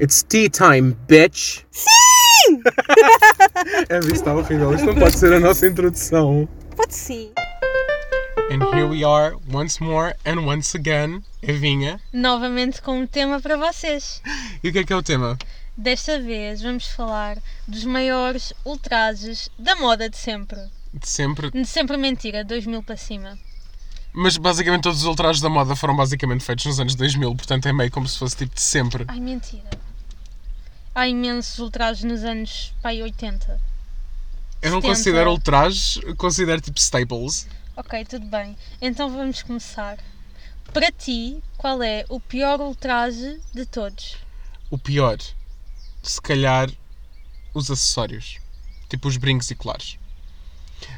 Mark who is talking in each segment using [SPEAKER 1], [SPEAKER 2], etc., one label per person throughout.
[SPEAKER 1] It's tea time, bitch!
[SPEAKER 2] Sim!
[SPEAKER 1] É, está horrível. Isto não pode ser a nossa introdução.
[SPEAKER 2] Pode sim.
[SPEAKER 1] And here we are, once more and once again, Evinha.
[SPEAKER 2] Novamente com um tema para vocês.
[SPEAKER 1] E o que é que é o tema?
[SPEAKER 2] Desta vez vamos falar dos maiores ultrajes da moda de sempre.
[SPEAKER 1] De sempre.
[SPEAKER 2] De sempre mentira, 2000 para cima.
[SPEAKER 1] Mas basicamente todos os ultrajes da moda foram basicamente feitos nos anos 2000, portanto é meio como se fosse tipo de sempre.
[SPEAKER 2] Ai, mentira. Há imensos ultrajes nos anos pai 80.
[SPEAKER 1] Eu não
[SPEAKER 2] 70.
[SPEAKER 1] considero ultrajes, considero tipo staples.
[SPEAKER 2] Ok, tudo bem. Então vamos começar. Para ti, qual é o pior ultraje de todos?
[SPEAKER 1] O pior, se calhar, os acessórios. Tipo os brincos e colares.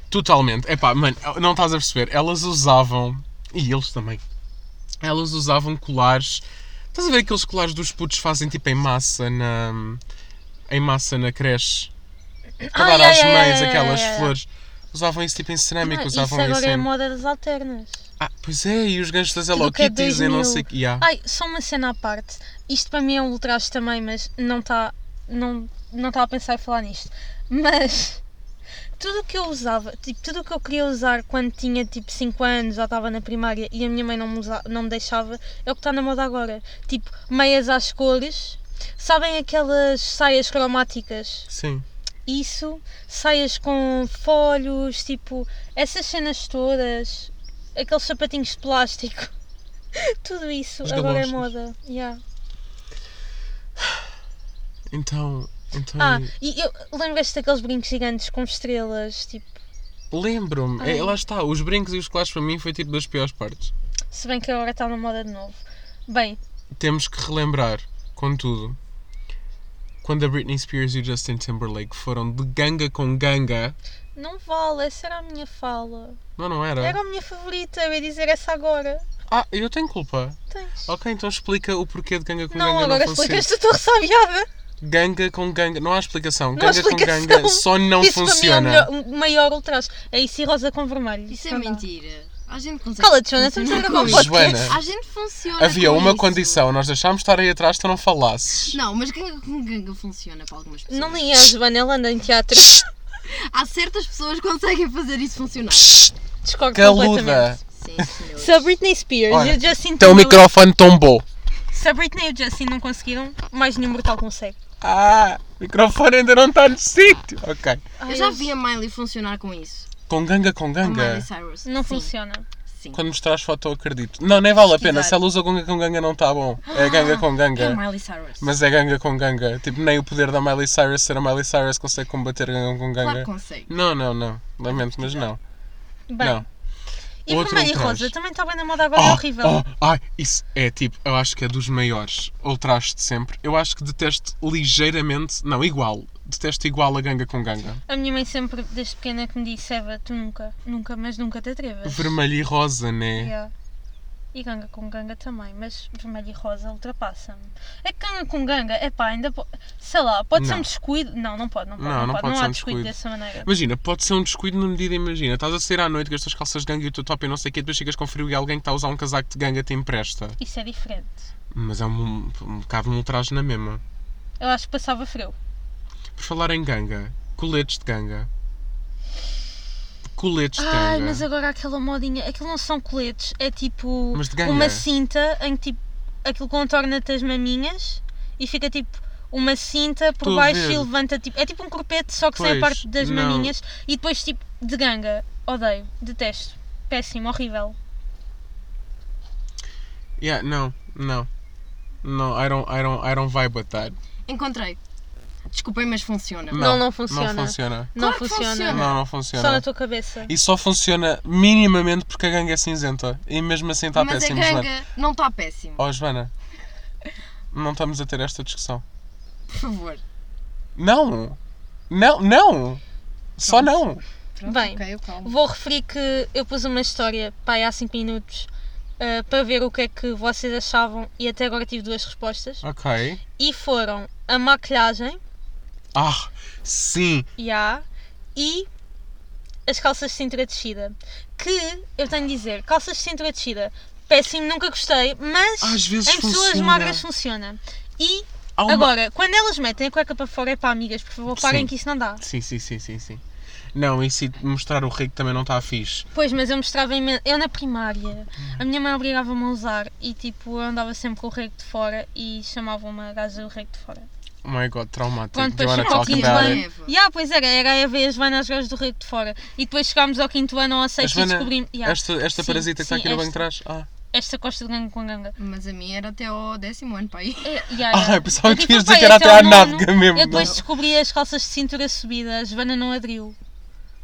[SPEAKER 1] Totalmente. Epá, mano, não estás a perceber. Elas usavam, e eles também, elas usavam colares. Estás a ver aqueles colares dos putos que fazem tipo em massa na. em massa na creche? Para
[SPEAKER 2] Ai,
[SPEAKER 1] dar às
[SPEAKER 2] ai, ai,
[SPEAKER 1] meias
[SPEAKER 2] ai,
[SPEAKER 1] aquelas
[SPEAKER 2] ai, ai, ai.
[SPEAKER 1] flores. Usavam isso tipo em cerâmica,
[SPEAKER 2] Ah, isso
[SPEAKER 1] usavam
[SPEAKER 2] agora
[SPEAKER 1] isso
[SPEAKER 2] é
[SPEAKER 1] em.
[SPEAKER 2] a moda das alternas.
[SPEAKER 1] Ah, pois é, e os ganchos das Hello
[SPEAKER 2] Tudo que é
[SPEAKER 1] Kitties e não
[SPEAKER 2] 2000.
[SPEAKER 1] sei o que. Yeah.
[SPEAKER 2] Ai, só uma cena à parte. Isto para mim é um ultraje também, mas não está não, não tá a pensar em falar nisto. Mas tudo o que eu usava, tipo, tudo o que eu queria usar quando tinha tipo 5 anos, já estava na primária e a minha mãe não me, usa- não me deixava, é o que está na moda agora. Tipo, meias às cores. Sabem aquelas saias cromáticas?
[SPEAKER 1] Sim.
[SPEAKER 2] Isso, saias com folhos, tipo, essas cenas todas, aqueles sapatinhos de plástico, tudo isso
[SPEAKER 1] As
[SPEAKER 2] agora é
[SPEAKER 1] galochas.
[SPEAKER 2] moda. yeah.
[SPEAKER 1] Então. Então.
[SPEAKER 2] Ah, e eu lembras-te daqueles brincos gigantes com estrelas, tipo,
[SPEAKER 1] Lembro-me,
[SPEAKER 2] Ai.
[SPEAKER 1] É, lá está, os brincos e os colares para mim foi tipo das piores partes.
[SPEAKER 2] se bem que agora está na moda de novo. Bem,
[SPEAKER 1] Temos que relembrar, contudo, quando a Britney Spears e o Justin Timberlake foram de ganga com ganga.
[SPEAKER 2] não vale, essa era a minha fala.
[SPEAKER 1] Não, não era.
[SPEAKER 2] Era a minha favorita, eu ia dizer essa agora.
[SPEAKER 1] Ah, eu tenho culpa.
[SPEAKER 2] Tens.
[SPEAKER 1] Ok, então explica o porquê de ganga com
[SPEAKER 2] Não,
[SPEAKER 1] ganga.
[SPEAKER 2] agora
[SPEAKER 1] não funciona.
[SPEAKER 2] explicas-te, estou ressabiada.
[SPEAKER 1] Ganga com ganga. Não há explicação.
[SPEAKER 2] Não há
[SPEAKER 1] ganga
[SPEAKER 2] explicação.
[SPEAKER 1] com ganga só não
[SPEAKER 2] Isso para mim
[SPEAKER 1] funciona.
[SPEAKER 2] é o melhor- o maior ultraje. É isso e rosa com vermelho.
[SPEAKER 3] Isso é
[SPEAKER 2] Não dá.
[SPEAKER 3] mentira. A gente consegue.
[SPEAKER 2] Cala-te, Joana, estamos a
[SPEAKER 3] funcionar
[SPEAKER 2] gravar um
[SPEAKER 3] com
[SPEAKER 1] Joana,
[SPEAKER 3] isso. é
[SPEAKER 2] podcast.
[SPEAKER 3] A gente funciona.
[SPEAKER 1] Havia
[SPEAKER 3] com
[SPEAKER 1] uma
[SPEAKER 3] isso.
[SPEAKER 1] condição, nós deixámos estar aí atrás se tu não falasses.
[SPEAKER 3] Não, mas ganga com ganga funciona para algumas pessoas.
[SPEAKER 2] Não li a Joana, ela anda em teatro.
[SPEAKER 3] Há certas pessoas que conseguem fazer isso funcionar.
[SPEAKER 2] Discordo
[SPEAKER 1] Caluda!
[SPEAKER 2] completamente.
[SPEAKER 3] Sim, senhor.
[SPEAKER 2] Se a Britney Spears
[SPEAKER 1] Olha, um
[SPEAKER 2] e o Justin
[SPEAKER 1] Teu
[SPEAKER 2] Timberlake-
[SPEAKER 1] microfone tombou.
[SPEAKER 2] Se a Britney e o Justin não conseguiram, mais nenhum mortal consegue.
[SPEAKER 1] Ah, o microfone ainda não está no sítio. Ok.
[SPEAKER 3] Eu já vi a Miley funcionar com isso.
[SPEAKER 1] Com ganga, com
[SPEAKER 3] A
[SPEAKER 1] ganga.
[SPEAKER 3] Miley Cyrus.
[SPEAKER 2] Não
[SPEAKER 3] Sim,
[SPEAKER 2] funciona.
[SPEAKER 3] Sim.
[SPEAKER 1] Quando mostras foto, eu acredito. Não, nem vale a pena.
[SPEAKER 3] Pesquisar.
[SPEAKER 1] Se ela usa ganga com ganga, não está bom. É ganga com
[SPEAKER 3] É a
[SPEAKER 1] ganga.
[SPEAKER 3] Miley Cyrus.
[SPEAKER 1] Mas é ganga com ganga. Tipo, nem o poder da Miley Cyrus ser a Miley Cyrus consegue combater ganga com
[SPEAKER 3] Claro que
[SPEAKER 1] é ganga.
[SPEAKER 3] consegue.
[SPEAKER 1] Não, não, não. Lamento, mas não.
[SPEAKER 2] Bem,
[SPEAKER 1] Não.
[SPEAKER 2] e
[SPEAKER 1] outro
[SPEAKER 2] vermelho e
[SPEAKER 1] ultraje.
[SPEAKER 2] rosa também está bem na moda agora, Então é horrível.
[SPEAKER 1] oh, ai, isso é tipo, eu acho que é dos maiores ultrajes de sempre. Eu acho que detesto ligeiramente, não, igual. Detesto igual a ganga com ganga.
[SPEAKER 2] A minha mãe sempre, desde pequena, que me disse, Eva, tu nunca, nunca, mas nunca te atrevas.
[SPEAKER 1] Vermelho e rosa, né?
[SPEAKER 2] Yeah. E ganga com ganga também, mas vermelho e rosa ultrapassa-me. É que ganga com ganga, é pá, ainda pode. Sei lá, pode ser
[SPEAKER 1] Não.
[SPEAKER 2] um descuido. Não, não pode, não pode.
[SPEAKER 1] Não,
[SPEAKER 2] Não,
[SPEAKER 1] não
[SPEAKER 2] pode,
[SPEAKER 1] pode
[SPEAKER 2] não
[SPEAKER 1] ser
[SPEAKER 2] há
[SPEAKER 1] um
[SPEAKER 2] descuido,
[SPEAKER 1] descuido.
[SPEAKER 2] dessa maneira.
[SPEAKER 1] Imagina, pode ser um descuido na medida, imagina. Estás a sair à noite com as tuas calças de ganga e o teu top e não sei o quê, depois chegas com frio e alguém que está a usar um casaco de ganga te empresta.
[SPEAKER 2] Isso é diferente.
[SPEAKER 1] Mas é um, um bocado um ultraje na mesma.
[SPEAKER 2] Eu acho que passava frio.
[SPEAKER 1] Por falar em ganga, coletes de ganga. Coletes de
[SPEAKER 2] Ai,
[SPEAKER 1] ganga.
[SPEAKER 2] mas agora aquela modinha, aquilo não são coletes, é tipo
[SPEAKER 1] Mas de ganga.
[SPEAKER 2] uma cinta em que tipo aquilo contorna-te as maminhas e fica tipo uma cinta por
[SPEAKER 1] Tô a
[SPEAKER 2] baixo
[SPEAKER 1] ver.
[SPEAKER 2] e levanta tipo. É tipo um corpete só que sem
[SPEAKER 1] Pois,
[SPEAKER 2] a parte das
[SPEAKER 1] não.
[SPEAKER 2] maminhas e depois tipo de ganga. Odeio, detesto. Péssimo, horrível.
[SPEAKER 1] Yeah, não, não. Não, I don't, I don't, I don't vibe with that.
[SPEAKER 3] Encontrei. Desculpem, mas funciona.
[SPEAKER 2] Não, não
[SPEAKER 1] Não
[SPEAKER 2] funciona.
[SPEAKER 1] funciona.
[SPEAKER 2] Não
[SPEAKER 3] Claro que
[SPEAKER 2] funciona.
[SPEAKER 3] funciona.
[SPEAKER 1] Não, não funciona.
[SPEAKER 2] Só na tua cabeça.
[SPEAKER 1] E só funciona minimamente porque a ganga é cinzenta. E mesmo assim está
[SPEAKER 3] mas a
[SPEAKER 1] péssimo, Joana.
[SPEAKER 3] ganga não está péssimo.
[SPEAKER 1] Oh, Joana, não estamos a ter esta discussão.
[SPEAKER 3] Por favor.
[SPEAKER 1] Não! Não, não! Só não!
[SPEAKER 3] Pronto,
[SPEAKER 2] Bem,
[SPEAKER 3] ok, eu calmo.
[SPEAKER 2] Vou referir que eu pus uma história pai, há 5 minutos ah, para ver o que é que vocês achavam e até agora tive duas respostas.
[SPEAKER 1] Ok.
[SPEAKER 2] E foram a maquilhagem,
[SPEAKER 1] Ah, sim!
[SPEAKER 2] já, e as calças de cintura descida. Que eu tenho de dizer, calças de cintura descida, péssimo, nunca gostei, mas
[SPEAKER 1] Às vezes
[SPEAKER 2] em pessoas
[SPEAKER 1] funciona.
[SPEAKER 2] magras funciona. E
[SPEAKER 1] Há uma-
[SPEAKER 2] Agora, quando elas metem a cueca para fora, é para amigas, por favor, parem
[SPEAKER 1] Sim.
[SPEAKER 2] que isso não dá.
[SPEAKER 1] Sim, sim, sim, sim, sim. Não, isso de mostrar o rico também não está fixe.
[SPEAKER 2] Pois, mas eu mostrava imen- Eu na primária, a minha mãe obrigava-me a usar e tipo, eu andava sempre com o rego de fora e chamavam-me a gaja do rego de fora.
[SPEAKER 1] Oh my god, traumático.
[SPEAKER 2] Pronto,
[SPEAKER 1] Do you
[SPEAKER 2] depois
[SPEAKER 1] wanna
[SPEAKER 2] chegou ao
[SPEAKER 1] talk
[SPEAKER 2] quinto
[SPEAKER 1] Tipo, about
[SPEAKER 2] ano.
[SPEAKER 1] it?
[SPEAKER 3] it?
[SPEAKER 2] E ah, pois era, era a Eva e a Joana as gajas do rego de fora. E depois chegámos ao quinto ano ou ao sexto
[SPEAKER 1] Joana,
[SPEAKER 2] e descobrimos. Ya,
[SPEAKER 1] Esta, esta
[SPEAKER 2] Sim,
[SPEAKER 1] parasita que está
[SPEAKER 2] sim,
[SPEAKER 1] aqui no banco de
[SPEAKER 2] esta.
[SPEAKER 1] trás. Ah,
[SPEAKER 2] Esta costa de ganga com ganga.
[SPEAKER 3] Mas a minha era até ao décimo ano, pai.
[SPEAKER 2] Eh, ya,
[SPEAKER 1] ah
[SPEAKER 2] ya.
[SPEAKER 1] eu pensava
[SPEAKER 2] Eu
[SPEAKER 1] que
[SPEAKER 2] tive
[SPEAKER 1] ias
[SPEAKER 2] um pai
[SPEAKER 1] dizer que era
[SPEAKER 2] até
[SPEAKER 1] até à
[SPEAKER 2] ao nono,
[SPEAKER 1] nádega mesmo.
[SPEAKER 2] Eu depois
[SPEAKER 1] não. é?
[SPEAKER 2] descobri as calças de cintura subida, a Joana não aderiu.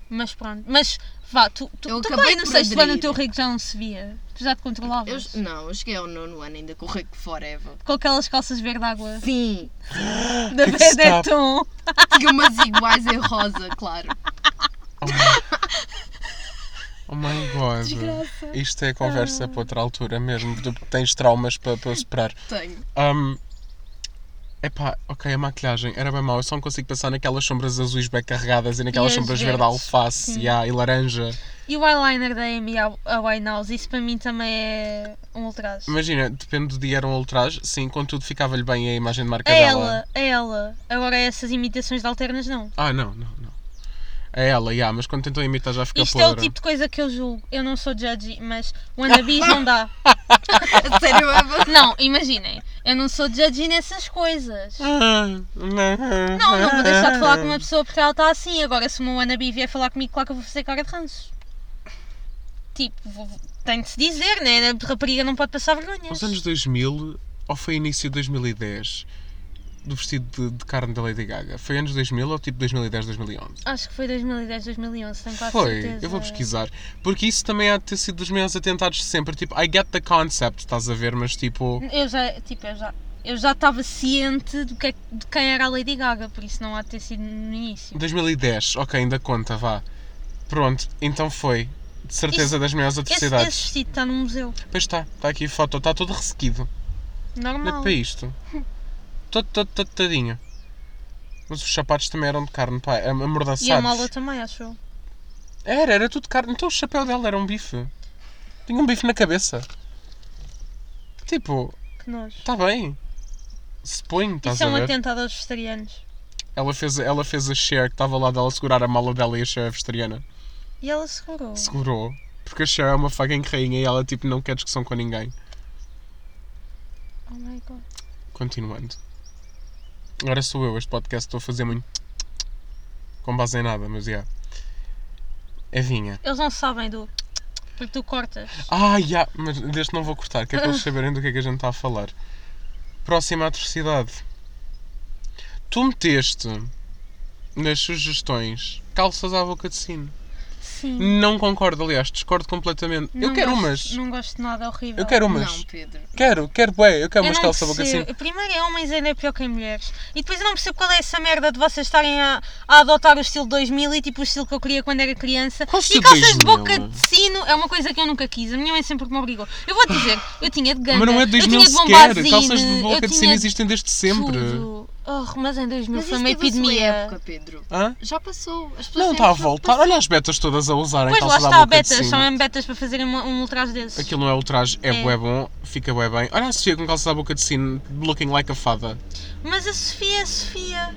[SPEAKER 2] Mas pronto, mas vá, tu, tu,
[SPEAKER 3] Eu
[SPEAKER 2] tu
[SPEAKER 3] acabei
[SPEAKER 2] bem no
[SPEAKER 3] por
[SPEAKER 2] sexto ano o
[SPEAKER 3] aderir.
[SPEAKER 2] teu rego já não se via. Tu já te controlavas.
[SPEAKER 3] Eu, não, eu cheguei ao nono ano ainda com o Rico Forever.
[SPEAKER 2] Com aquelas calças verde água.
[SPEAKER 3] Sim!
[SPEAKER 2] Da
[SPEAKER 1] que se tapa?
[SPEAKER 2] Benetton.
[SPEAKER 3] Tinha umas iguais em rosa, claro.
[SPEAKER 1] Oh my god.
[SPEAKER 3] Desgraça.
[SPEAKER 1] Isto é conversa para outra altura mesmo. Tu tens traumas para, para superar.
[SPEAKER 3] Tenho.
[SPEAKER 1] Um, epá, ok, a maquilhagem era bem mau. Eu só não consigo pensar naquelas sombras azuis bem carregadas e naquelas
[SPEAKER 2] as
[SPEAKER 1] sombras verde
[SPEAKER 2] verdes.
[SPEAKER 1] alface e, ah, e laranja.
[SPEAKER 2] E o eyeliner da Amy ao- ao Winehouse, isso para mim também é um ultraje.
[SPEAKER 1] Imagina, depende do dia era um ultraje. Sim, contudo ficava-lhe bem a imagem de marca
[SPEAKER 2] A
[SPEAKER 1] dela.
[SPEAKER 2] ela, a ela. Agora essas imitações de alternas não.
[SPEAKER 1] Ah, não, não, não. A ela, yeah, mas quando tentou imitar já fica
[SPEAKER 2] Isto é o
[SPEAKER 1] podre.
[SPEAKER 2] tipo de coisa que eu julgo. Eu não sou judgy, mas wannabes não dá.
[SPEAKER 3] A sério, é Eva?
[SPEAKER 2] Não, imaginem. Eu não sou judgy nessas coisas.
[SPEAKER 1] Ah, é. não,
[SPEAKER 2] Não, não vou deixar de falar com uma pessoa porque ela está assim. Agora, se uma wannabe vier falar comigo, claro que eu vou fazer cara de ranço. Tipo, vou- tenho de se dizer, né? A rapariga não pode passar vergonha.
[SPEAKER 1] Os anos 2000, ou foi início de 2010, do vestido de, de carne da Lady Gaga? Foi anos 2000 ou tipo 2010, 2011?
[SPEAKER 2] Acho que foi 2010, 2011, tenho quase
[SPEAKER 1] Foi,
[SPEAKER 2] certeza.
[SPEAKER 1] eu vou pesquisar. Porque isso também há de ter sido dos meus atentados de sempre. Tipo, I get the concept, estás a ver, mas tipo.
[SPEAKER 2] Eu já, tipo, eu já... Eu já estava ciente do que, é- de quem era a Lady Gaga, por isso não há de ter sido no início.
[SPEAKER 1] 2010, ok, ainda conta, vá. Pronto, então foi. De certeza das maiores
[SPEAKER 2] Esse,
[SPEAKER 1] atrocidades.
[SPEAKER 2] esse vestido está num museu,
[SPEAKER 1] Pois está, está aqui a foto, está todo ressequido. Olha
[SPEAKER 2] normal.
[SPEAKER 1] para isto. Todo, todo, todo tadinho. Mas os sapatos também eram de carne, pá, am- amordaçados.
[SPEAKER 2] E a mala também, acho eu.
[SPEAKER 1] Era, era tudo carne. Então o chapéu dela era um bife. Tinha um bife na cabeça. Tipo,
[SPEAKER 2] Que nojo.
[SPEAKER 1] está bem. Se põe, estás
[SPEAKER 2] Isso é
[SPEAKER 1] a
[SPEAKER 2] um
[SPEAKER 1] ver?
[SPEAKER 2] atentado aos vegetarianos.
[SPEAKER 1] Ela fez, ela fez a Cher, que estava lá dela a segurar a mala dela e a Cher é vegetariana.
[SPEAKER 2] E ela segurou.
[SPEAKER 1] Segurou. Porque a Cher é uma fucking rainha e ela, tipo, não quer discussão com ninguém.
[SPEAKER 2] Oh my god.
[SPEAKER 1] Continuando. Agora sou eu, este podcast estou a fazer muito com base em nada, mas já. É vinha.
[SPEAKER 2] Eles não sabem do. Porque tu cortas.
[SPEAKER 1] Ah, já, mas deste não vou cortar, que é para eles saberem do que é que a gente está a falar. Próxima atrocidade. Tu meteste nas sugestões calças à boca de sino.
[SPEAKER 2] Sim.
[SPEAKER 1] Não concordo, aliás, discordo completamente. eu
[SPEAKER 2] Não
[SPEAKER 1] quero
[SPEAKER 2] gosto-
[SPEAKER 1] umas.
[SPEAKER 2] Não gosto de nada, é horrível.
[SPEAKER 1] Eu quero umas.
[SPEAKER 3] Não, Pedro.
[SPEAKER 1] Quero, quero, bué, eu quero
[SPEAKER 2] Eu
[SPEAKER 1] umas
[SPEAKER 2] não
[SPEAKER 1] calças à boca de
[SPEAKER 2] percebo.
[SPEAKER 1] sino.
[SPEAKER 2] Primeiro é homens ainda é pior que em mulheres. E depois eu não percebo qual é essa merda de vocês estarem a, a adotar o estilo 2000 e tipo o estilo que eu queria quando era criança.
[SPEAKER 1] Qual
[SPEAKER 2] e
[SPEAKER 1] estilo
[SPEAKER 2] calças de
[SPEAKER 1] 2000?
[SPEAKER 2] boca de sino é uma coisa que eu nunca quis. A minha mãe sempre que me obrigou. Eu vou dizer, eu tinha de ganga,
[SPEAKER 1] Mas não é
[SPEAKER 2] eu
[SPEAKER 1] de
[SPEAKER 2] tinha
[SPEAKER 1] 2000
[SPEAKER 2] de
[SPEAKER 1] sequer.
[SPEAKER 2] bombazine,
[SPEAKER 1] Calças de
[SPEAKER 2] eu
[SPEAKER 1] boca de sino
[SPEAKER 2] tinha
[SPEAKER 1] existem desde sempre.
[SPEAKER 2] Tudo. Oh, mas em 2000
[SPEAKER 3] Mas
[SPEAKER 2] foi uma
[SPEAKER 3] isso teve a sua
[SPEAKER 2] epidemia.
[SPEAKER 3] época, Pedro.
[SPEAKER 1] Hã?
[SPEAKER 3] Já passou. As pessoas um
[SPEAKER 1] Não,
[SPEAKER 3] sempre
[SPEAKER 1] está a
[SPEAKER 3] já
[SPEAKER 1] voltar. Olha as betas todas tá a usarem
[SPEAKER 2] Pois lá
[SPEAKER 1] calça da
[SPEAKER 2] está,
[SPEAKER 1] boca de
[SPEAKER 2] betas,
[SPEAKER 1] sino.
[SPEAKER 2] são mesmo betas para fazerem uma- um ultraje desses.
[SPEAKER 1] Aquilo não é ultraje, é,
[SPEAKER 2] É.
[SPEAKER 1] bué bom, fica bué bem. Olha a Sofia com calça da boca de sino, looking like a fada.
[SPEAKER 2] Mas a Sofia é a Sofia.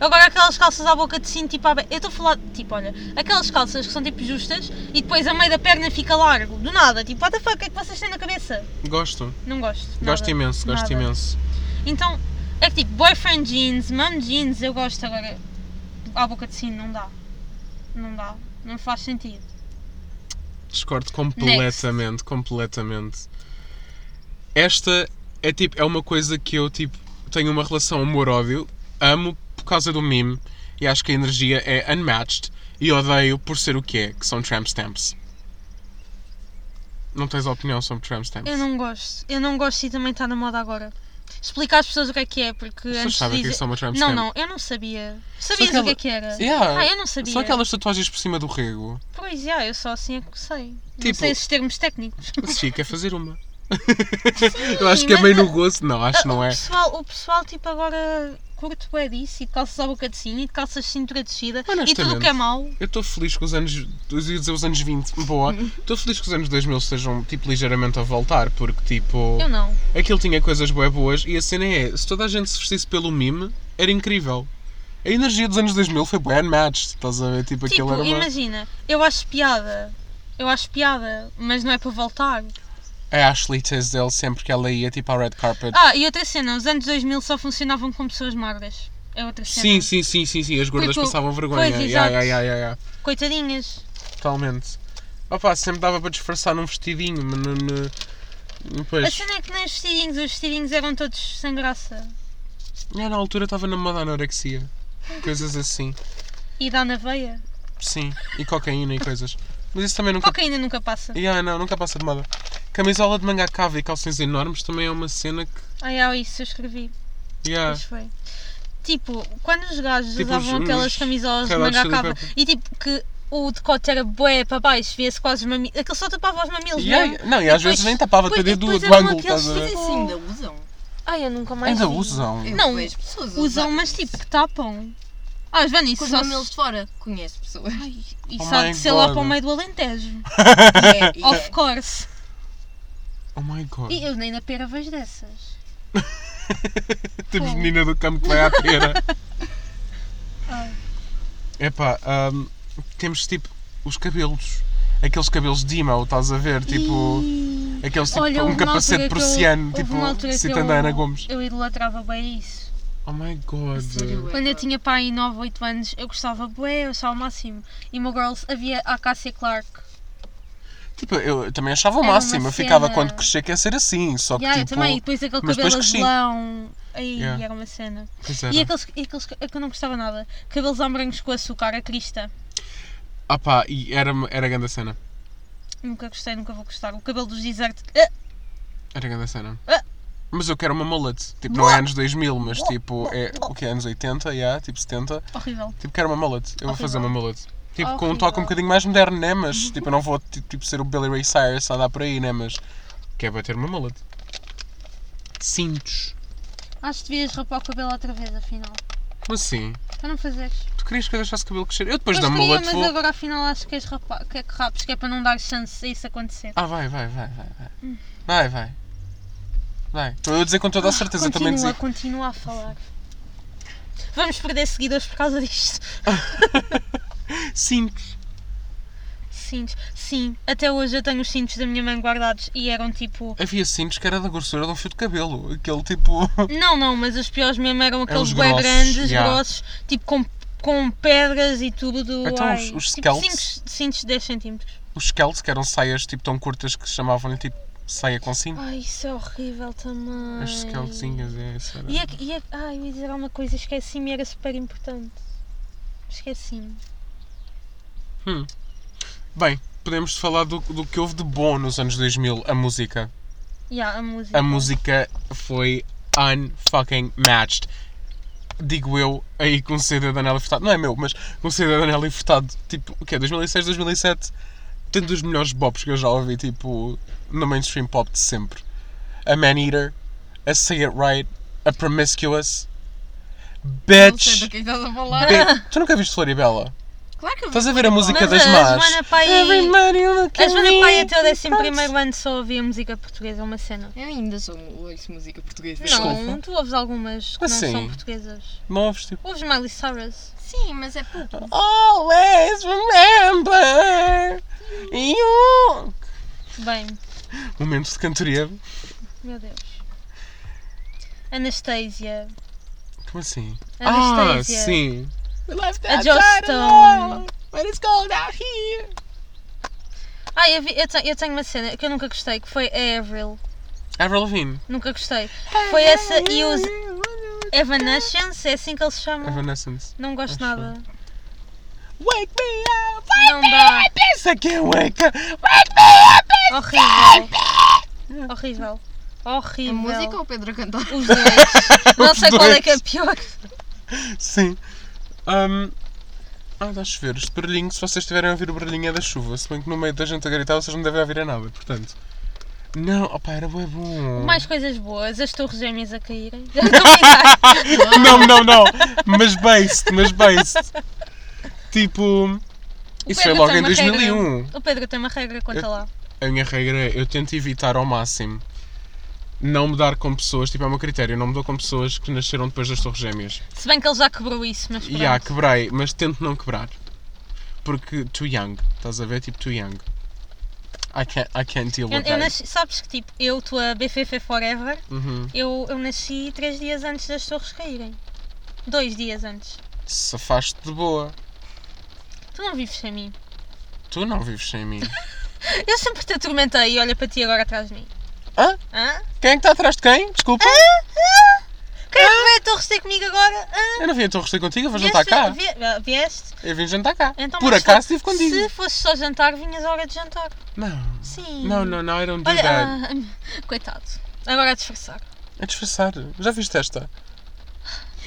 [SPEAKER 2] Agora aquelas calças à boca de cinto, tipo, à be- eu estou a falar, tipo, olha, aquelas calças que são tipo justas e depois a meio da perna fica largo, do nada, tipo, what the fuck, o que é que vocês têm na cabeça?
[SPEAKER 1] Gosto,
[SPEAKER 2] Não gosto. nada.
[SPEAKER 1] gosto imenso, gosto
[SPEAKER 2] Nada.
[SPEAKER 1] imenso.
[SPEAKER 2] Então, é que tipo, boyfriend jeans, mom jeans, eu gosto agora. À boca de cinto, não dá. Não dá. Não faz sentido.
[SPEAKER 1] Discordo completamente, completamente. Esta é tipo, é uma coisa que eu tipo, tenho uma relação amor-ódio, amo por causa do meme e acho que a energia é unmatched e odeio por ser o que é, que são tramp stamps. Não tens opinião sobre tramp stamps?
[SPEAKER 2] Eu não gosto. Eu não gosto e também está na moda agora. Explicar às pessoas o que é que é, porque
[SPEAKER 1] As pessoas
[SPEAKER 2] antes
[SPEAKER 1] sabem o
[SPEAKER 2] de
[SPEAKER 1] que é
[SPEAKER 2] dizer...
[SPEAKER 1] que são uma tramp
[SPEAKER 2] Não,
[SPEAKER 1] stamp.
[SPEAKER 2] não, eu não sabia. Sabias
[SPEAKER 1] aquela-
[SPEAKER 2] o que é que era?
[SPEAKER 1] Yeah.
[SPEAKER 2] Ah, eu não sabia.
[SPEAKER 1] São aquelas tatuagens por cima do rego.
[SPEAKER 2] Pois, já, eu só assim é que sei. não
[SPEAKER 1] Tipo-
[SPEAKER 2] sei esses termos técnicos.
[SPEAKER 1] Mas Chico é fazer uma. Eu acho que é
[SPEAKER 2] mas
[SPEAKER 1] meio no
[SPEAKER 2] é-
[SPEAKER 1] gosto. Não, acho que não
[SPEAKER 2] O
[SPEAKER 1] é.
[SPEAKER 2] pessoal, o pessoal tipo, agora curte bem disso e de calças à boca de sino e de calças de cintura descida e tudo o que é
[SPEAKER 1] Honestamente.
[SPEAKER 2] mau.
[SPEAKER 1] Eu estou feliz que os anos. Eu ia dizer os anos 20. Boa. Estou feliz que os anos 2000 estejam, tipo, ligeiramente a voltar, porque, tipo.
[SPEAKER 2] Eu não.
[SPEAKER 1] Aquilo tinha coisas bué boas e a cena é: se toda a gente se vestisse pelo mime, era incrível. A energia dos anos 2000 foi bué unmatched. Estás a ver? Tipo,
[SPEAKER 2] Tipo,
[SPEAKER 1] aquilo era uma.
[SPEAKER 2] imagina, eu acho piada. Eu acho piada, mas não é para voltar.
[SPEAKER 1] A Ashley Tisdale, sempre que ela ia, tipo, à red carpet.
[SPEAKER 2] Ah, e outra cena, os anos 2000 só funcionavam com pessoas magras. É outra cena.
[SPEAKER 1] Sim, sim, sim, sim, sim. As gordas
[SPEAKER 2] Tipo,
[SPEAKER 1] passavam vergonha.
[SPEAKER 2] pois,
[SPEAKER 1] Ya,
[SPEAKER 2] exato.
[SPEAKER 1] ya, ya, ya, ya.
[SPEAKER 2] Coitadinhas.
[SPEAKER 1] Totalmente. Opa, sempre dava para disfarçar num vestidinho, mas no, no-
[SPEAKER 2] A
[SPEAKER 1] Pois.
[SPEAKER 2] cena é que nem os vestidinhos, os vestidinhos eram todos sem graça.
[SPEAKER 1] Eu, É, na altura estava na moda anorexia. Coisas assim.
[SPEAKER 2] E dá na veia.
[SPEAKER 1] Sim. E cocaína e coisas. Mas isso também nunca.
[SPEAKER 2] Cocaína nunca passa.
[SPEAKER 1] Ya, não, nunca passa de moda. Camisola de manga cava e calções enormes também é uma cena que.
[SPEAKER 2] Ai, ai, isso eu escrevi.
[SPEAKER 1] ya.
[SPEAKER 2] Pois foi. Tipo, quando os gajos
[SPEAKER 1] Ah. Tipo,
[SPEAKER 2] usavam
[SPEAKER 1] os-
[SPEAKER 2] aquelas
[SPEAKER 1] os
[SPEAKER 2] camisolas de
[SPEAKER 1] Red Hot
[SPEAKER 2] manga à
[SPEAKER 1] Chili
[SPEAKER 2] cava
[SPEAKER 1] Peppers.
[SPEAKER 2] e tipo que o decote era bué para baixo, via-se quase os mamilos. Aquilo só tapava os mamilos,
[SPEAKER 1] Ya,
[SPEAKER 2] não? é?
[SPEAKER 1] ya. Não, e às
[SPEAKER 2] Depois-
[SPEAKER 1] vezes nem tapava até
[SPEAKER 2] depois-
[SPEAKER 1] dentro do,
[SPEAKER 2] depois
[SPEAKER 1] do
[SPEAKER 2] eram
[SPEAKER 1] ângulo,
[SPEAKER 2] aqueles
[SPEAKER 1] estás a
[SPEAKER 3] Mas
[SPEAKER 1] ver?
[SPEAKER 3] isso assim, ainda usam.
[SPEAKER 2] Ai, eu nunca mais
[SPEAKER 1] Ainda
[SPEAKER 2] vi.
[SPEAKER 1] usam.
[SPEAKER 3] Eu
[SPEAKER 2] Não,
[SPEAKER 3] vejo pessoas a
[SPEAKER 2] Usam,
[SPEAKER 3] usar
[SPEAKER 2] mas tipo, que tapam. Ah, Joana,
[SPEAKER 3] Com
[SPEAKER 2] isso
[SPEAKER 3] os
[SPEAKER 2] só,
[SPEAKER 3] mamilos de fora. Conheço pessoas.
[SPEAKER 2] Ai, isso
[SPEAKER 1] Oh
[SPEAKER 2] há
[SPEAKER 1] my
[SPEAKER 2] de ser lá
[SPEAKER 1] God.
[SPEAKER 2] para o meio do Alentejo.
[SPEAKER 3] É, é.
[SPEAKER 2] of course.
[SPEAKER 1] Oh my god.
[SPEAKER 2] E eu nem na pera vejo dessas.
[SPEAKER 1] Temos
[SPEAKER 2] Como?
[SPEAKER 1] Tipo, menina do campo que vai à pera.
[SPEAKER 2] Ai.
[SPEAKER 1] Epá, hum, temos tipo os cabelos. Aqueles cabelos de emo, estás a ver? Tipo.
[SPEAKER 2] Ih.
[SPEAKER 1] Aqueles tipo
[SPEAKER 2] Olha, houve
[SPEAKER 1] um
[SPEAKER 2] uma
[SPEAKER 1] capacete
[SPEAKER 2] altura que eu-
[SPEAKER 1] prussiano,
[SPEAKER 2] houve uma altura
[SPEAKER 1] tipo
[SPEAKER 2] que
[SPEAKER 1] citando
[SPEAKER 2] eu-
[SPEAKER 1] a Ana Gomes.
[SPEAKER 2] Eu idolatrava bem isso.
[SPEAKER 1] Oh my god.
[SPEAKER 3] Sério, é.
[SPEAKER 2] Quando eu tinha pá aí 9, 8 anos, eu gostava bué, eu achava o máximo. E o meu girls havia a Cássia Clark.
[SPEAKER 1] Tipo, eu também achava o
[SPEAKER 2] Era uma
[SPEAKER 1] máximo. Eu ficava
[SPEAKER 2] cena-
[SPEAKER 1] quando crescer quer ser assim, só que
[SPEAKER 2] Yeah, eu
[SPEAKER 1] tipo.
[SPEAKER 2] também, e depois aquele
[SPEAKER 1] mas
[SPEAKER 2] cabelo
[SPEAKER 1] depois cresci.
[SPEAKER 2] azulão. Aí
[SPEAKER 1] Yeah.
[SPEAKER 2] era uma cena.
[SPEAKER 1] Pois era.
[SPEAKER 2] E aqueles, e aqueles é que que eu não gostava nada. Cabelos ambrancos com açúcar, é a crista.
[SPEAKER 1] Ah pá, e era, era grande a cena.
[SPEAKER 2] Nunca gostei, nunca vou gostar. O cabelo dos desert. Ah,
[SPEAKER 1] Era grande a cena.
[SPEAKER 2] Ah.
[SPEAKER 1] Mas eu quero uma mullet. Tipo, não é anos 2000, mas tipo, é o que é? Anos 80, yeah, tipo 70.
[SPEAKER 2] horrível.
[SPEAKER 1] Tipo, quero uma mullet. Eu vou
[SPEAKER 2] Horrível.
[SPEAKER 1] fazer uma mullet. Tipo, com um
[SPEAKER 2] Horrível.
[SPEAKER 1] toque um bocadinho mais moderno, né? Mas, tipo, eu não vou ti- tipo, ser o Billy Ray Cyrus a dar por aí, né? Mas quero bater uma mullet. Cintos.
[SPEAKER 2] Acho que devias rapar o cabelo outra vez, afinal.
[SPEAKER 1] Como assim?
[SPEAKER 2] Para não fazeres.
[SPEAKER 1] Tu querias que eu deixasse o cabelo crescer? Eu depois
[SPEAKER 2] Mas
[SPEAKER 1] da
[SPEAKER 2] queria,
[SPEAKER 1] mullet
[SPEAKER 2] mas
[SPEAKER 1] vou...
[SPEAKER 2] agora afinal acho que és rapar, que é que rapes, que é para não dar chance a isso acontecer.
[SPEAKER 1] Ah, vai, vai, vai, vai. vai. Vai, vai. Vai. Estou eu a dizer com toda a certeza é. também
[SPEAKER 2] Ah, continua,
[SPEAKER 1] dizer.
[SPEAKER 2] continua a falar. Vamos perder seguidores por causa disto.
[SPEAKER 1] Cintos.
[SPEAKER 2] Cintos. Sim, até hoje eu tenho os cintos da minha mãe guardados e eram tipo.
[SPEAKER 1] Havia cintos que era da grossura de um fio de cabelo. Aquele tipo.
[SPEAKER 2] Não, não, mas os piores mesmo eram aqueles
[SPEAKER 1] os
[SPEAKER 2] bué
[SPEAKER 1] grossos,
[SPEAKER 2] grandes,
[SPEAKER 1] yeah.
[SPEAKER 2] grossos, tipo com, com pedras e tudo.
[SPEAKER 1] Então
[SPEAKER 2] ai,
[SPEAKER 1] os- os
[SPEAKER 2] tipo
[SPEAKER 1] scouts?
[SPEAKER 2] cintos, cintos de 10 centímetros.
[SPEAKER 1] Os scouts, que eram saias tipo tão curtas que se chamavam tipo saia com cinto.
[SPEAKER 2] Ai, isso é horrível também.
[SPEAKER 1] As scoutzinhas, é isso. era.
[SPEAKER 2] E, a, e a, ai, eu ia dizer alguma coisa, esqueci-me, era super importante. Esqueci-me.
[SPEAKER 1] Bem, podemos falar do, do que houve de bom nos anos 2000, a música.
[SPEAKER 2] Yeah, a música.
[SPEAKER 1] A música foi unfucking matched. Digo eu, aí com o CD da Nelly Furtado. Não é meu, mas com o CD da Nelly Furtado, tipo, o quê? 2006, 2007? Tem dos melhores bops que eu já ouvi, tipo, no mainstream pop de sempre. A Man Eater, a Say It Right, a Promiscuous.
[SPEAKER 3] Não sei
[SPEAKER 1] Bitch!
[SPEAKER 3] do que estás a falar.
[SPEAKER 1] Bi- tu nunca viste Floribela?
[SPEAKER 3] Claro que eu
[SPEAKER 1] Estás a ver a música
[SPEAKER 2] Mas
[SPEAKER 1] das
[SPEAKER 2] a
[SPEAKER 1] más?
[SPEAKER 2] Joana Pai-
[SPEAKER 1] Everybody look
[SPEAKER 2] A
[SPEAKER 1] at
[SPEAKER 2] Joana
[SPEAKER 1] me.
[SPEAKER 2] Pai até o 11 ano só ouvia música portuguesa, é uma cena.
[SPEAKER 3] Eu ainda sou, ouço música portuguesa.
[SPEAKER 2] Não,
[SPEAKER 1] Desculpa.
[SPEAKER 2] tu ouves algumas que
[SPEAKER 1] Assim.
[SPEAKER 2] não são portuguesas.
[SPEAKER 1] Novos, tipo.
[SPEAKER 2] Ouves Miley Cyrus.
[SPEAKER 3] Sim, mas é pouco.
[SPEAKER 1] Always remember you.
[SPEAKER 2] Bem,
[SPEAKER 1] Momentos de cantoria.
[SPEAKER 2] meu Deus. Anastasia.
[SPEAKER 1] Como assim? Ah,
[SPEAKER 2] Anastasia.
[SPEAKER 1] sim.
[SPEAKER 2] A Jo Stone.
[SPEAKER 1] But it's cold out here.
[SPEAKER 2] Ah, eu, vi- eu, te- eu tenho uma cena que eu nunca gostei, que foi a Avril.
[SPEAKER 1] Avril Lavigne.
[SPEAKER 2] Nunca gostei. Foi essa e os Evanescence, é assim que eles se chamam.
[SPEAKER 1] Evanescence.
[SPEAKER 2] Não gosto
[SPEAKER 1] Acho
[SPEAKER 2] nada.
[SPEAKER 1] Wake me up.
[SPEAKER 2] Não dá.
[SPEAKER 1] Yes, I can't wake up. Wake me up.
[SPEAKER 2] Horrível. Horrível.
[SPEAKER 3] A
[SPEAKER 2] Horrível.
[SPEAKER 3] música é um ou o Pedro a cantar?
[SPEAKER 2] Os dois. Não
[SPEAKER 1] Os
[SPEAKER 2] sei qual é
[SPEAKER 1] dois.
[SPEAKER 2] que é pior.
[SPEAKER 1] Sim. Um, ah, dá a chover. Este barulhinho, se vocês estiverem a ouvir o barulhinho é da chuva. Se bem que no meio da gente a gritar, vocês não devem ouvir a nada, portanto. Não, opa, era bué bom.
[SPEAKER 2] Mais coisas boas, as torres gêmeas a caírem. Já estou a pensar.
[SPEAKER 1] Não, não, não. Mas based, mas based. Tipo. Isso foi
[SPEAKER 2] Pedro
[SPEAKER 1] logo
[SPEAKER 2] tem
[SPEAKER 1] em
[SPEAKER 2] uma regra.
[SPEAKER 1] 2001.
[SPEAKER 2] O Pedro tem uma regra quanto a lá.
[SPEAKER 1] A minha regra é: eu tento evitar ao máximo não me dar com pessoas. Tipo, é o meu critério. eu Não me dou com pessoas que nasceram depois das Torres Gêmeas.
[SPEAKER 2] Se bem que ele já quebrou isso, mas pronto.
[SPEAKER 1] E há, quebrei, mas tento não quebrar. Porque too young. Estás a ver? Tipo, too young. I can't, I can't deal
[SPEAKER 2] Eu,
[SPEAKER 1] with
[SPEAKER 2] eu
[SPEAKER 1] that.
[SPEAKER 2] nasci- sabes que tipo, eu, tua BFF Forever,
[SPEAKER 1] Uhum.
[SPEAKER 2] eu, eu nasci três dias antes das torres caírem. Dois dias antes.
[SPEAKER 1] Safaste de boa.
[SPEAKER 2] Tu não vives sem mim.
[SPEAKER 1] Tu não vives sem mim.
[SPEAKER 2] Eu sempre te atormentei e olha para ti agora atrás de mim.
[SPEAKER 1] Hã?
[SPEAKER 2] Hã?
[SPEAKER 1] Quem é que está atrás de quem? Desculpa.
[SPEAKER 2] Ah! Quem é que veio a torres ter comigo agora? Hã?
[SPEAKER 1] Eu não vim a tua receita contigo, eu vou jantar cá.
[SPEAKER 2] Vieste? Vi- ah, Vieste?
[SPEAKER 1] Eu vim jantar cá.
[SPEAKER 2] Então,
[SPEAKER 1] Por
[SPEAKER 2] mas
[SPEAKER 1] acaso
[SPEAKER 2] se-
[SPEAKER 1] estive contigo.
[SPEAKER 2] Se fosse só jantar, vinhas à hora de jantar.
[SPEAKER 1] Não.
[SPEAKER 2] Sim.
[SPEAKER 1] Não, não, não, I don't do
[SPEAKER 2] Olha,
[SPEAKER 1] that.
[SPEAKER 2] ah, coitado. Agora a disfarçar.
[SPEAKER 1] É disfarçar. Já viste esta?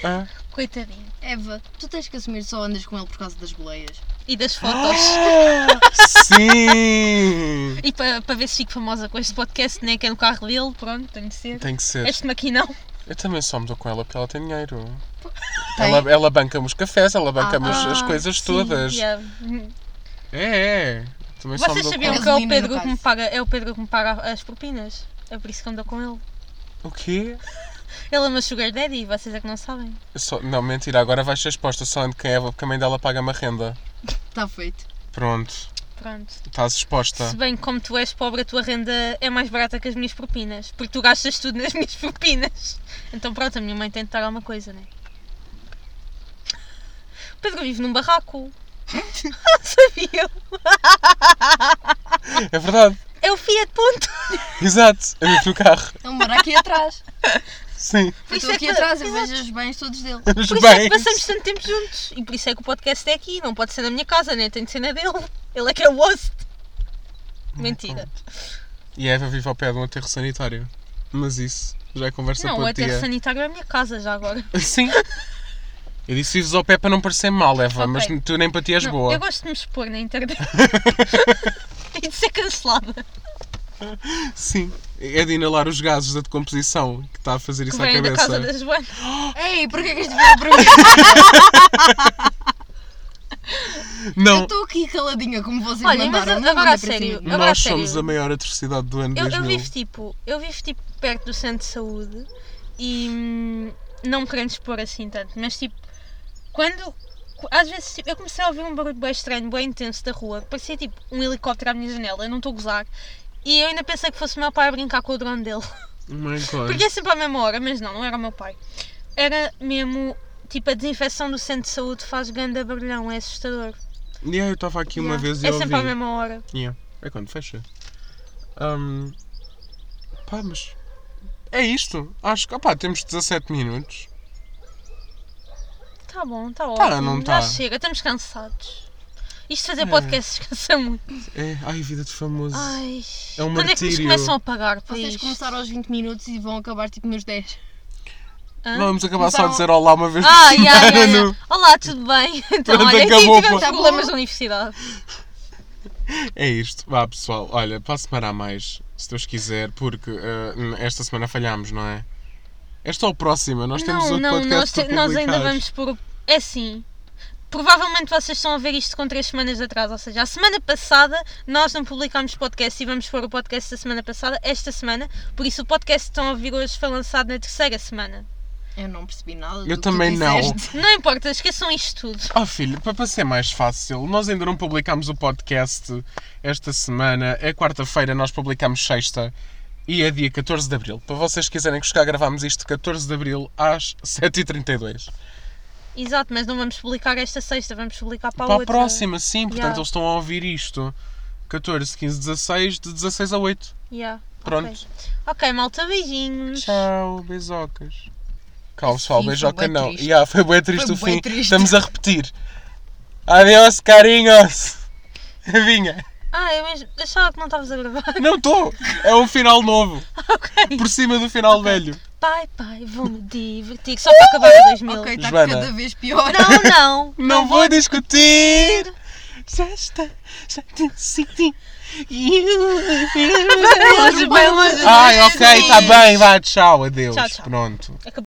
[SPEAKER 1] Ah.
[SPEAKER 2] Coitadinho.
[SPEAKER 3] Eva, tu tens que assumir só andas com ele por causa das boleias.
[SPEAKER 2] E das
[SPEAKER 1] Ah!
[SPEAKER 2] fotos.
[SPEAKER 1] Sim!
[SPEAKER 2] e para para ver se fico famosa com este podcast, nem que é no carro dele, pronto, tenho de ser.
[SPEAKER 1] Tem que ser.
[SPEAKER 2] Este maquinão.
[SPEAKER 1] Eu também só me dou com ela porque ela tem dinheiro.
[SPEAKER 3] Tem.
[SPEAKER 1] Ela, ela banca-me os cafés, ela banca-me as- as
[SPEAKER 2] Ah,
[SPEAKER 1] coisas
[SPEAKER 2] sim,
[SPEAKER 1] todas.
[SPEAKER 2] yeah.
[SPEAKER 1] É, é. Também só me
[SPEAKER 2] Vocês
[SPEAKER 1] dou
[SPEAKER 2] sabiam
[SPEAKER 1] com
[SPEAKER 2] que é o
[SPEAKER 3] Gasolina, no
[SPEAKER 2] Pedro que me
[SPEAKER 3] caso.
[SPEAKER 2] paga, é o Pedro que me paga as propinas? É por isso que ando com ele.
[SPEAKER 1] O quê?
[SPEAKER 2] Ele é o meu sugar daddy, vocês é que não sabem.
[SPEAKER 1] Eu só- Não, mentira, agora vais ser exposta só ando com a Eva porque a mãe dela paga-me a renda.
[SPEAKER 3] Está Tá feito.
[SPEAKER 1] Pronto,
[SPEAKER 2] Pronto.
[SPEAKER 1] estás exposta.
[SPEAKER 2] Se bem que como tu és pobre, a tua renda é mais barata que as minhas propinas. Porque tu gastas tudo nas minhas propinas. Então pronto, a minha mãe tem de dar alguma coisa, não é? O Pedro vive num barraco. Não sabia.
[SPEAKER 1] É verdade,
[SPEAKER 2] É o Fiat Punto.
[SPEAKER 1] exato. Eu vivo no carro.
[SPEAKER 3] Então bora aqui atrás.
[SPEAKER 1] Sim,
[SPEAKER 3] Eu
[SPEAKER 2] Isso
[SPEAKER 3] estou
[SPEAKER 2] é
[SPEAKER 3] aqui
[SPEAKER 2] que-
[SPEAKER 3] atrás, eu
[SPEAKER 2] Exato.
[SPEAKER 3] vejo os bens todos dele.
[SPEAKER 1] mas
[SPEAKER 2] Por isso é
[SPEAKER 1] bem.
[SPEAKER 2] que passamos tanto tempo juntos. E por isso é que o podcast é aqui. Não pode ser na minha casa, nem tem de ser na dele. Ele é que é o host. Mentira.
[SPEAKER 1] E a Eva vive ao pé de um aterro sanitário. Mas isso, já é conversa
[SPEAKER 2] Não, o
[SPEAKER 1] para outro
[SPEAKER 2] aterro
[SPEAKER 1] dia.
[SPEAKER 2] sanitário é a minha casa já agora.
[SPEAKER 1] Sim. Eu disse vives ao pé para não parecer mal, Eva, mas
[SPEAKER 2] Ok.
[SPEAKER 1] tu nem para ti és
[SPEAKER 2] Não,
[SPEAKER 1] boa.
[SPEAKER 2] Eu gosto de me expor na internet. e de ser cancelada.
[SPEAKER 1] Sim. É de inalar os gases da decomposição que está a fazer
[SPEAKER 2] que
[SPEAKER 1] isso à
[SPEAKER 2] vem da casa
[SPEAKER 1] cabeça.
[SPEAKER 2] da Joana.
[SPEAKER 3] Ei, porquê que este veio para mim? Eu
[SPEAKER 1] Não,
[SPEAKER 3] estou aqui caladinha como vocês
[SPEAKER 2] Olha, mas
[SPEAKER 3] mandaram. não
[SPEAKER 2] agora a
[SPEAKER 3] mandei para
[SPEAKER 2] sério,
[SPEAKER 3] cima.
[SPEAKER 2] Agora,
[SPEAKER 1] nós
[SPEAKER 2] a sério.
[SPEAKER 1] somos a maior atrocidade do ano
[SPEAKER 2] Eu,
[SPEAKER 1] 2000.
[SPEAKER 2] eu vivo tipo, eu vivo tipo perto do centro de saúde e hum, não me querendo expor assim tanto, mas tipo, quando qu- às vezes tipo, eu comecei a ouvir um barulho bem estranho, bem intenso da rua, que parecia tipo um helicóptero à minha janela, eu não estou a gozar. E eu ainda pensei que fosse o meu pai a brincar com o drone dele.
[SPEAKER 1] Oh my God.
[SPEAKER 2] Porque é sempre à mesma hora, mas não, não era o meu pai. Era mesmo tipo a desinfecção do centro de saúde faz grande barulhão, é assustador.
[SPEAKER 1] Yeah, eu estava aqui uma
[SPEAKER 2] Yeah.
[SPEAKER 1] vez e
[SPEAKER 2] É
[SPEAKER 1] eu
[SPEAKER 2] sempre à
[SPEAKER 1] ouvi.
[SPEAKER 2] mesma hora.
[SPEAKER 1] Yeah. É quando fecha. Ahm, pá, mas. É isto. Acho que. Opá, temos 17 minutos.
[SPEAKER 2] Tá bom, tá ótimo.
[SPEAKER 1] não
[SPEAKER 2] Já
[SPEAKER 1] tá?
[SPEAKER 2] chega, estamos cansados. Isto de fazer
[SPEAKER 1] É.
[SPEAKER 2] podcast cansa muito.
[SPEAKER 1] É. Ai, vida de famoso.
[SPEAKER 2] Ai.
[SPEAKER 1] É um
[SPEAKER 2] Quando é que nos
[SPEAKER 1] martírio.
[SPEAKER 2] começam a pagar? por
[SPEAKER 3] Vocês
[SPEAKER 2] isto?
[SPEAKER 3] começaram aos 20 minutos e vão acabar tipo nos 10.
[SPEAKER 2] Hã?
[SPEAKER 1] Não, vamos acabar só a
[SPEAKER 3] Então-
[SPEAKER 1] dizer olá uma vez por
[SPEAKER 2] Ai, ai, ai,
[SPEAKER 1] semana.
[SPEAKER 2] ai. Olá, tudo bem? Então,
[SPEAKER 1] Pronto,
[SPEAKER 2] olha, aqui
[SPEAKER 1] acabou,
[SPEAKER 2] tivemos
[SPEAKER 1] pá.
[SPEAKER 2] problemas da universidade.
[SPEAKER 1] É isto. Vá, pessoal. Olha, para a semana há mais, se Deus quiser, porque ah, esta semana falhámos, não é? Esta ou a próxima? Nós temos
[SPEAKER 2] não,
[SPEAKER 1] outro
[SPEAKER 2] não,
[SPEAKER 1] podcast
[SPEAKER 2] nós,
[SPEAKER 1] para
[SPEAKER 2] te- nós ainda
[SPEAKER 1] publicar.
[SPEAKER 2] vamos pôr. o- É assim. Provavelmente vocês estão a ver isto com 3 semanas de atraso, ou seja, a semana passada nós não publicámos podcast e vamos pôr o podcast da semana passada, esta semana, por isso o podcast que estão a ouvir hoje foi lançado na terceira semana.
[SPEAKER 3] Eu não percebi nada. do
[SPEAKER 1] Eu
[SPEAKER 3] que tu
[SPEAKER 1] também não.
[SPEAKER 3] disseste.
[SPEAKER 2] Não importa, esqueçam isto tudo.
[SPEAKER 1] Oh filho, para para ser mais fácil, nós ainda não publicámos o podcast esta semana. É quarta-feira, nós publicámos sexta e é dia 14 de Abril. Para vocês quiserem que cá gravámos isto 14 de Abril às 7h32.
[SPEAKER 2] Exato, mas não vamos publicar esta sexta, vamos publicar para,
[SPEAKER 1] Para a
[SPEAKER 2] outra.
[SPEAKER 1] próxima, sim, portanto
[SPEAKER 2] Yeah.
[SPEAKER 1] eles estão a ouvir isto. 14, 15, 16, de 16 a 8.
[SPEAKER 2] Yeah,
[SPEAKER 1] Pronto.
[SPEAKER 2] Ok, Ok, malta, beijinhos.
[SPEAKER 1] Tchau, beijocas. Calma pessoal,
[SPEAKER 3] Sim, foi
[SPEAKER 1] beijoca
[SPEAKER 3] bué
[SPEAKER 1] não.
[SPEAKER 3] triste.
[SPEAKER 1] Yeah, foi bem triste
[SPEAKER 3] Foi
[SPEAKER 1] o
[SPEAKER 3] bué
[SPEAKER 1] fim.
[SPEAKER 3] triste.
[SPEAKER 1] Estamos a repetir. Adeus, carinhos. Vinha.
[SPEAKER 2] Ah, eu mesmo achava que não estavas a gravar.
[SPEAKER 1] Não estou! É um final novo,
[SPEAKER 2] ok.
[SPEAKER 1] por cima do final velho.
[SPEAKER 2] Pai, pai, vou-me divertir. Só para acabar o 2000.
[SPEAKER 3] Ok, está
[SPEAKER 1] Joana.
[SPEAKER 3] cada vez pior.
[SPEAKER 2] Não, não.
[SPEAKER 1] Não, vou discutir! Já está, já decidi. Ai, tá ok, está bem, vá, tchau, adeus.
[SPEAKER 3] Tchau, tchau.
[SPEAKER 1] Pronto.